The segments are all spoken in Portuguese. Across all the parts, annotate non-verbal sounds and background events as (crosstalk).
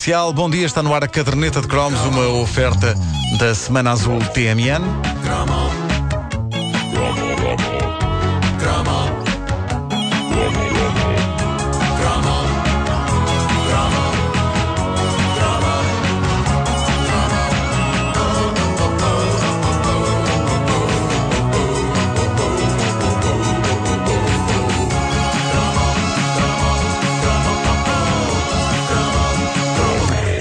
Comercial, bom dia, está no ar a caderneta de cromos, uma oferta da Semana Azul TMN.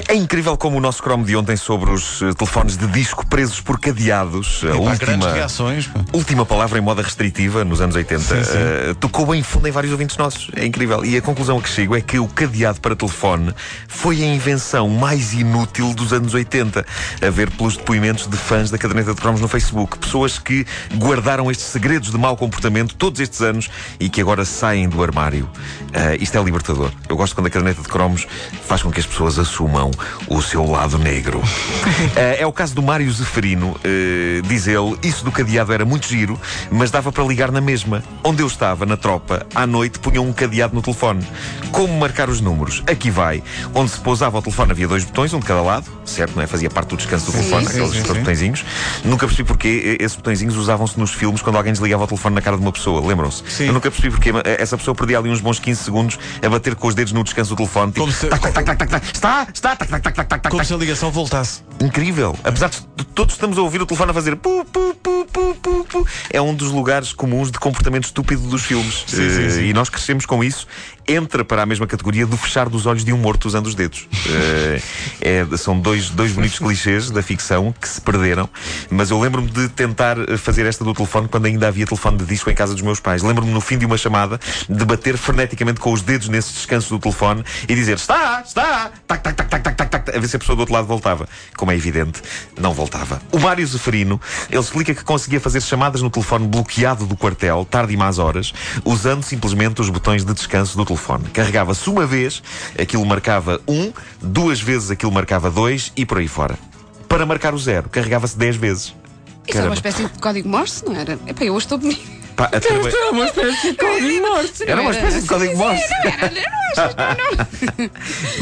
É incrível como o nosso cromo de ontem sobre os eh, telefones de disco presos por cadeados, a Epá, grandes última, reações. pá. última palavra em moda restritiva nos anos 80, Sim, sim. eh, tocou bem fundo em vários ouvintes nossos. É incrível. E a conclusão a que chego é que o cadeado para telefone foi a invenção mais inútil dos anos 80, a ver pelos depoimentos de fãs da caderneta de cromos no Facebook. Pessoas que guardaram estes segredos de mau comportamento todos estes anos e que agora saem do armário. Eh, isto é libertador. Eu gosto quando a caderneta de cromos faz com que as pessoas assumam o seu lado negro. (laughs) Eh, é o caso do Mário Zeferino. eh, diz ele, isso do cadeado era muito giro, mas dava para ligar na mesma. Onde eu estava, na tropa, à noite punham um cadeado no telefone. Como marcar os números? Aqui vai. Onde se pousava o telefone havia dois botões, um de cada lado, certo? Não é? Fazia parte do descanso do telefone, sim, aqueles sim, dois sim. botõezinhos. Nunca percebi porque eh, esses botõezinhos usavam-se nos filmes quando alguém desligava o telefone na cara de uma pessoa, lembram-se? Sim. Eu nunca percebi porque mas, eh, essa pessoa perdia ali uns bons 15 segundos a bater com os dedos no descanso do telefone. Tipo, Como se- tac, tac, tac, tac, tac, tac, está, está, tac, tac, tac, tac, tac, tac, Como tac. se a ligação voltasse. Incrível. Apesar de todos estamos a ouvir o telefone a fazer pu, pu, pu, pu, pu, pu, é um dos lugares comuns de comportamento estúpido dos filmes. Sim, sim, Eh, sim. E nós crescemos com isso. Entra para a mesma categoria do fechar dos olhos de um morto usando os dedos. Eh, é- são dois, dois bonitos clichês da ficção que se perderam. Mas eu lembro-me de tentar eh, fazer esta do telefone quando ainda havia telefone de disco em casa dos meus pais. Lembro-me no fim de uma chamada de bater freneticamente com os dedos nesse descanso do telefone e dizer está, está, tac, tac, tac, tac, tac, tac, tac, a ver se a pessoa do outro lado voltava. Como é evidente, não voltava. O Mário Zeferino, ele explica que conseguia fazer chamadas no telefone bloqueado do quartel, tarde e más horas, usando simplesmente os botões de descanso do telefone. Carregava-se uma vez, aquilo marcava um, duas vezes aquilo marcava dois e por aí fora. Para marcar o zero, carregava-se dez vezes. Isso é Caramba. uma espécie de código Morse, não era? Epá, eu hoje estou bonito. Pá, a traba- Era não uma (laughs) espécie de código Sim, Morse. Sim, não era, não era, é?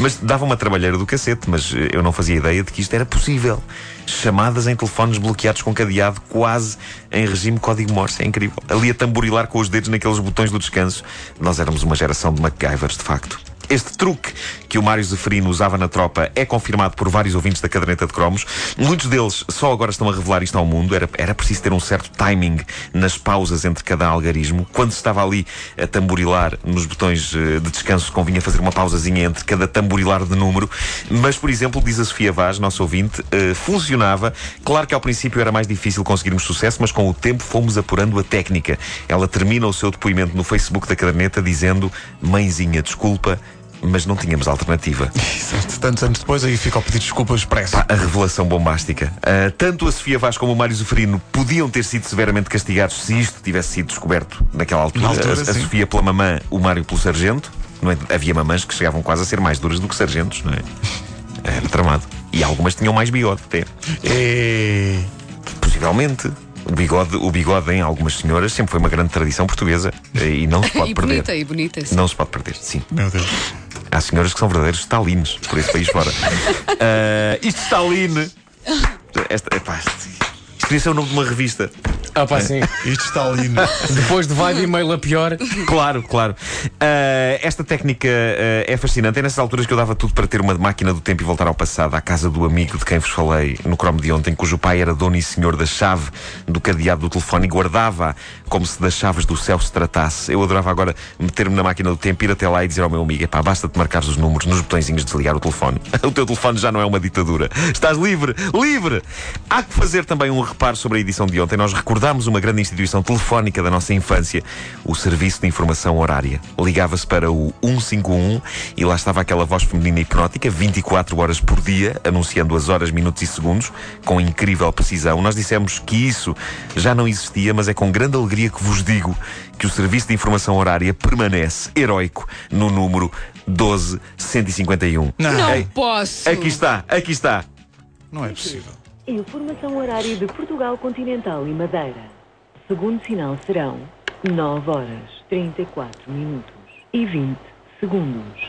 (laughs) Mas dava uma trabalheira do cacete, mas eh, eu não fazia ideia de que isto era possível. Chamadas em telefones bloqueados com cadeado, quase em regime código Morse. É incrível. Ali a tamborilar com os dedos naqueles botões do descanso. Nós éramos uma geração de MacGyvers, de facto. Este truque que o Mário Zeferino usava na tropa é confirmado por vários ouvintes da caderneta de cromos. Muitos deles só agora estão a revelar isto ao mundo. Era, era preciso ter um certo timing nas pausas entre cada algarismo. Quando se estava ali a tamborilar nos botões eh, de descanso, convinha fazer uma pausazinha entre cada tamborilar de número. Mas, por exemplo, diz a Sofia Vaz, nosso ouvinte, eh, funcionava. Claro que ao princípio era mais difícil conseguirmos sucesso, mas com o tempo fomos apurando a técnica. Ela termina o seu depoimento no Facebook da caderneta dizendo: Mãezinha, desculpa, mas não tínhamos alternativa. (laughs) Exato. Tantos anos depois, aí fica o pedido de desculpa expresso. Pá, Ah, a revelação bombástica. Ah, tanto a Sofia Vaz como o Mário Zeferino podiam ter sido severamente castigados se isto tivesse sido descoberto naquela altura. Na altura, a, a sim. Sofia pela mamã, o Mário pelo sargento. No entanto, havia mamãs que chegavam quase a ser mais duras do que sargentos, não é? (laughs) Era tramado. E algumas tinham mais bigode até. E... Possivelmente. O bigode, o bigode em algumas senhoras sempre foi uma grande tradição portuguesa e não (laughs) se não pode E perder. bonita, e bonita. sim. Não se pode perder, sim. Meu Deus. Há senhoras que são verdadeiros stalines por esse país fora. Ah, isto Stalin. Esta, epá, isto queria ser o nome de uma revista. Ah, pá, sim. Isto está lindo. Depois de vai de e-mail a pior. Claro, claro. Ah, esta técnica ah, é fascinante. É nessas alturas que eu dava tudo para ter uma máquina do tempo e voltar ao passado, à casa do amigo de quem vos falei no cromo de ontem, cujo pai era dono e senhor da chave do cadeado do telefone e guardava como se das chaves do céu se tratasse. Eu adorava agora meter-me na máquina do tempo, ir até lá e dizer ao meu amigo: pá, basta-te marcares os números nos botõezinhos de desligar o telefone. (laughs) O teu telefone já não é uma ditadura. Estás livre, livre! Há que fazer também um reparo sobre a edição de ontem. Nós recordámos uma grande instituição telefónica da nossa infância, o Serviço de Informação Horária. Ligava-se para o 151 e lá estava aquela voz feminina hipnótica, 24 horas por dia, anunciando as horas, minutos e segundos, com incrível precisão. Nós dissemos que isso já não existia, mas é com grande alegria que vos digo que o Serviço de Informação Horária permanece heróico no número 12151. Não. Não Ei, posso. um. Aqui está, aqui está. Não é possível. Informação horária de Portugal Continental e Madeira. Segundo sinal serão 9 horas 34 minutos e 20 segundos.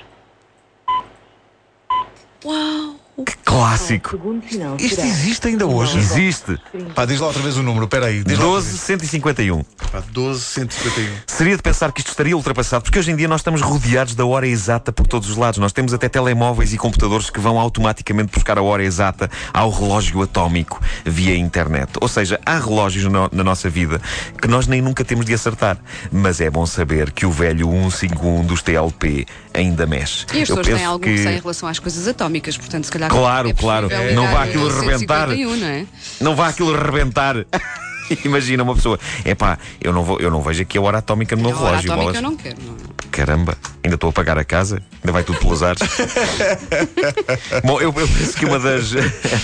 Uau! Que clássico! Segundo sinal Isto serão existe ainda hoje? Existe! Pá, diz lá outra vez o número, peraí. Diz lá outra 12, 151. vez. Pá, 12, 151. Seria de pensar que isto estaria ultrapassado, porque hoje em dia nós estamos rodeados da hora exata por todos os lados. Nós temos até telemóveis e computadores que vão automaticamente buscar a hora exata ao relógio atómico via internet. Ou seja, há relógios no- na nossa vida que nós nem nunca temos de acertar. Mas é bom saber que o velho 151 dos TLP ainda mexe. E as Eu pessoas penso têm algum que... receio em relação às coisas atómicas, portanto, se calhar. Claro, é claro. preferível Não ligar vá aquilo ao rebentar. 151, Não é? Não vá aquilo rebentar. (laughs) Imagina uma pessoa, epá, eu não, vou, eu não vejo aqui a hora atómica no meu Não, a hora relógio. atómica bolas." eu não quero. Não. é? Caramba, ainda estou a pagar a casa, ainda vai tudo pelos ares. Bom, eu, eu penso, que uma das, (laughs) eu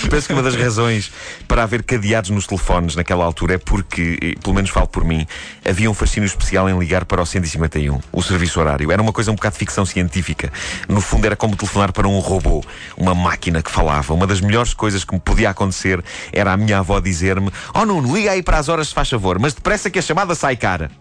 penso que uma das razões para haver cadeados nos telefones naquela altura é porque, e pelo menos falo por mim, havia um fascínio especial em ligar para o 151, o serviço horário. Era uma coisa um bocado de ficção científica. No fundo, era como telefonar para um robô, uma máquina que falava. Uma das melhores coisas que me podia acontecer era a minha avó dizer-me: Oh, Nuno, liga aí para as horas, se faz favor, mas depressa que a chamada sai cara.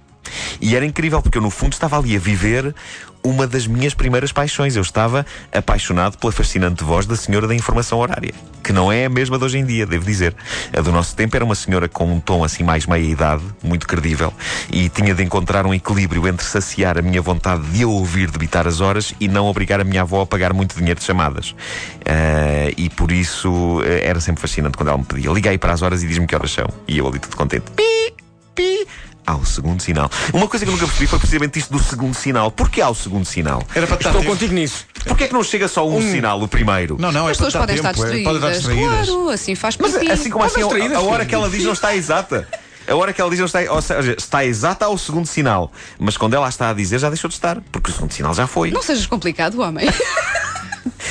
E era incrível porque eu, no fundo, estava ali a viver uma das minhas primeiras paixões. Eu estava apaixonado pela fascinante voz da senhora da informação horária, que não é a mesma de hoje em dia, devo dizer. A do nosso tempo era uma senhora com um tom assim mais meia-idade, muito credível, e tinha de encontrar um equilíbrio entre saciar a minha vontade de a ouvir debitar as horas e não obrigar a minha avó a pagar muito dinheiro de chamadas. Ah, e por isso eh, era sempre fascinante quando ela me pedia: liga aí para as horas e diz-me que horas são. E eu ali tudo contente. Pi! Pi! Ao segundo sinal. Uma coisa que eu nunca percebi foi precisamente isto do segundo sinal. Porquê ao segundo sinal? Era para estar Estou tempo. contigo nisso. Porquê é que não chega só um, sinal, o primeiro? Não, não, As é para pessoas estar podem estar tempo, é, distraídas. podem estar distraídas. Claro, assim faz Mas pipi. assim como assim, Estás a, distraída, a hora filho. que ela diz não está exata. A hora que ela diz não está. Ou seja, está exata ao segundo sinal. Mas quando ela está a dizer, já deixou de estar. Porque o segundo sinal já foi. Não sejas complicado, homem. (laughs)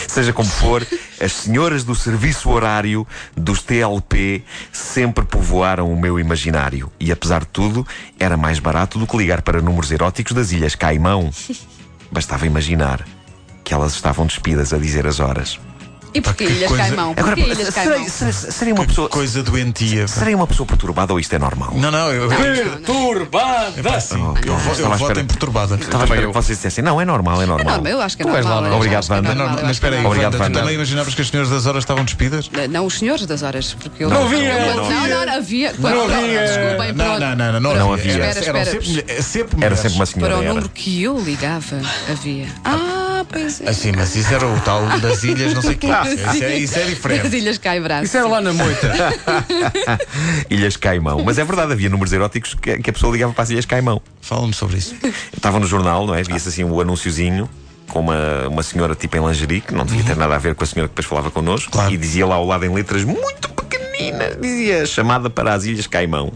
Seja como for, as senhoras do serviço horário dos TLP sempre povoaram o meu imaginário. E apesar de tudo, era mais barato do que ligar para números eróticos das Ilhas (laughs) Caimão. Bastava imaginar que elas estavam despidas a dizer as horas. E porquê Ah, que Ilhas coisa- Caimão? Porquê Ilhas Caimão? serei, serei- serei uma pessoa. Coisa doentia. pá. Serei uma pessoa perturbada ou isto é normal? Hum, Não, não, eu, Perturbada! Sim, eu, vo- eu Estava à voto espera. em perturbada. Estava à Também espera eu. que vocês dissessem, não, é normal, é É normal. normal, eu acho que é Tu és normal. lá, eu obrigado, acho que é Wanda. É normal, normal, eu mas acho que é espera aí, normal. Obrigado, Wanda, tu Wanda. também imaginavas que as senhoras das horas estavam despidas? Não, os senhores das horas, porque eu Não havia, eu- não não, não, não, havia. Quando, havia. Desculpem, Não, pronto. não, não, não, não, Pronto, havia. Espera, Eram espera. sempre mulher- sempre Era mulheres. sempre uma senhora. Para o era. número que eu ligava, havia. Ah, pois é. Assim, mas isso era o tal das ilhas, não sei o quê. Ah, Isso é, isso (laughs) é As diferente. Ilhas Caibras. Isso era lá na moita. Ilhas Caimão. Mas é verdade, havia números eróticos que, que a pessoa ligava para as Ilhas Caimão. Fala-me sobre isso. Estava no jornal, não é? Via-se assim o anúnciozinho com uma, uma senhora tipo em lingerie, que não devia ter nada a ver com a senhora que depois falava connosco, Claro. e dizia lá ao lado em letras muito pequeninas, dizia chamada para as Ilhas Caimão.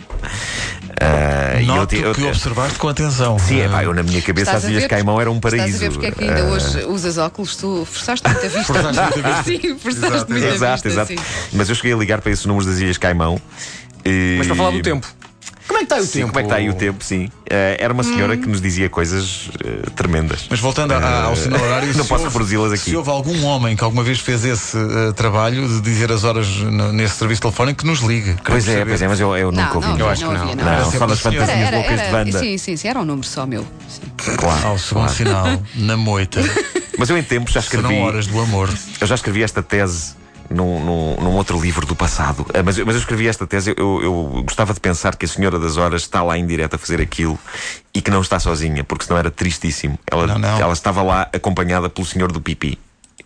Ah, e eu Noto te- eu que te- observaste com atenção. Sim, epá, eu na minha cabeça Estás as a Ilhas ver- Caimão era um paraíso. Estás a ver porque é que ainda Ah, hoje usas óculos? Tu forçaste muito a vista. Forçaste muito a vista. (laughs) Sim, forçaste Exato, muito a vista. Ah, Exato, exato. sim. Mas eu cheguei a ligar para esses números das Ilhas Caimão. e- Mas para falar do tempo. Como é que está o Sim, como é que está aí o tempo, sim. Ah, era uma senhora Hum. que nos dizia coisas ah, tremendas. Mas voltando a- ao sinal horário, Eh, (laughs) Não se posso houve- reproduzi-las aqui. Se houve algum homem que alguma vez fez esse eh, trabalho de dizer as horas n- nesse serviço telefónico, que nos ligue. Pois é, pois é, mas eu, eu nunca Não, ouvi. não, acho não que havia, não. Não, não. sempre só nas o senhor. fantasias Era, loucas de era, banda. era, sim, sim, sim, era um número só meu. Sim. Claro, Ao segundo claro. sinal, na (laughs) moita, Mas eu em tempo já escrevi. serão horas do amor. Eu já escrevi esta tese. Num, num- num outro livro do passado. Ah, Mas, eu- mas eu escrevi esta tese. Eu, eu gostava de pensar que a Senhora das Horas está lá em direto a fazer aquilo e que não está sozinha, porque senão era tristíssimo. Ela, Não, não. ela estava lá acompanhada pelo Senhor do Pipi,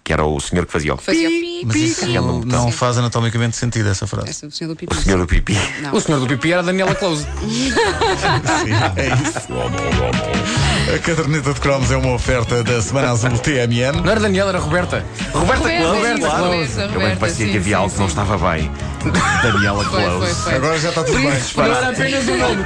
que era o senhor que fazia o Fazia pi, pi, Mas pi, isso pi. não, não faz anatomicamente sentido, essa frase. Essa do senhor do O pipi. Senhor do Pipi. O senhor do pipi era a Daniela Close. Sim, (laughs) é isso. A caderneta de cromos é uma oferta da Semana Azul TMN. Não era Daniela, era Roberta. Roberta Roberta, Close, Roberta, claro. Roberta, Eu bem que parecia sim, que havia sim, algo que não sim. estava bem. Daniela Foi, Close. foi, foi. Agora já está tudo bem. Não era apenas o nome.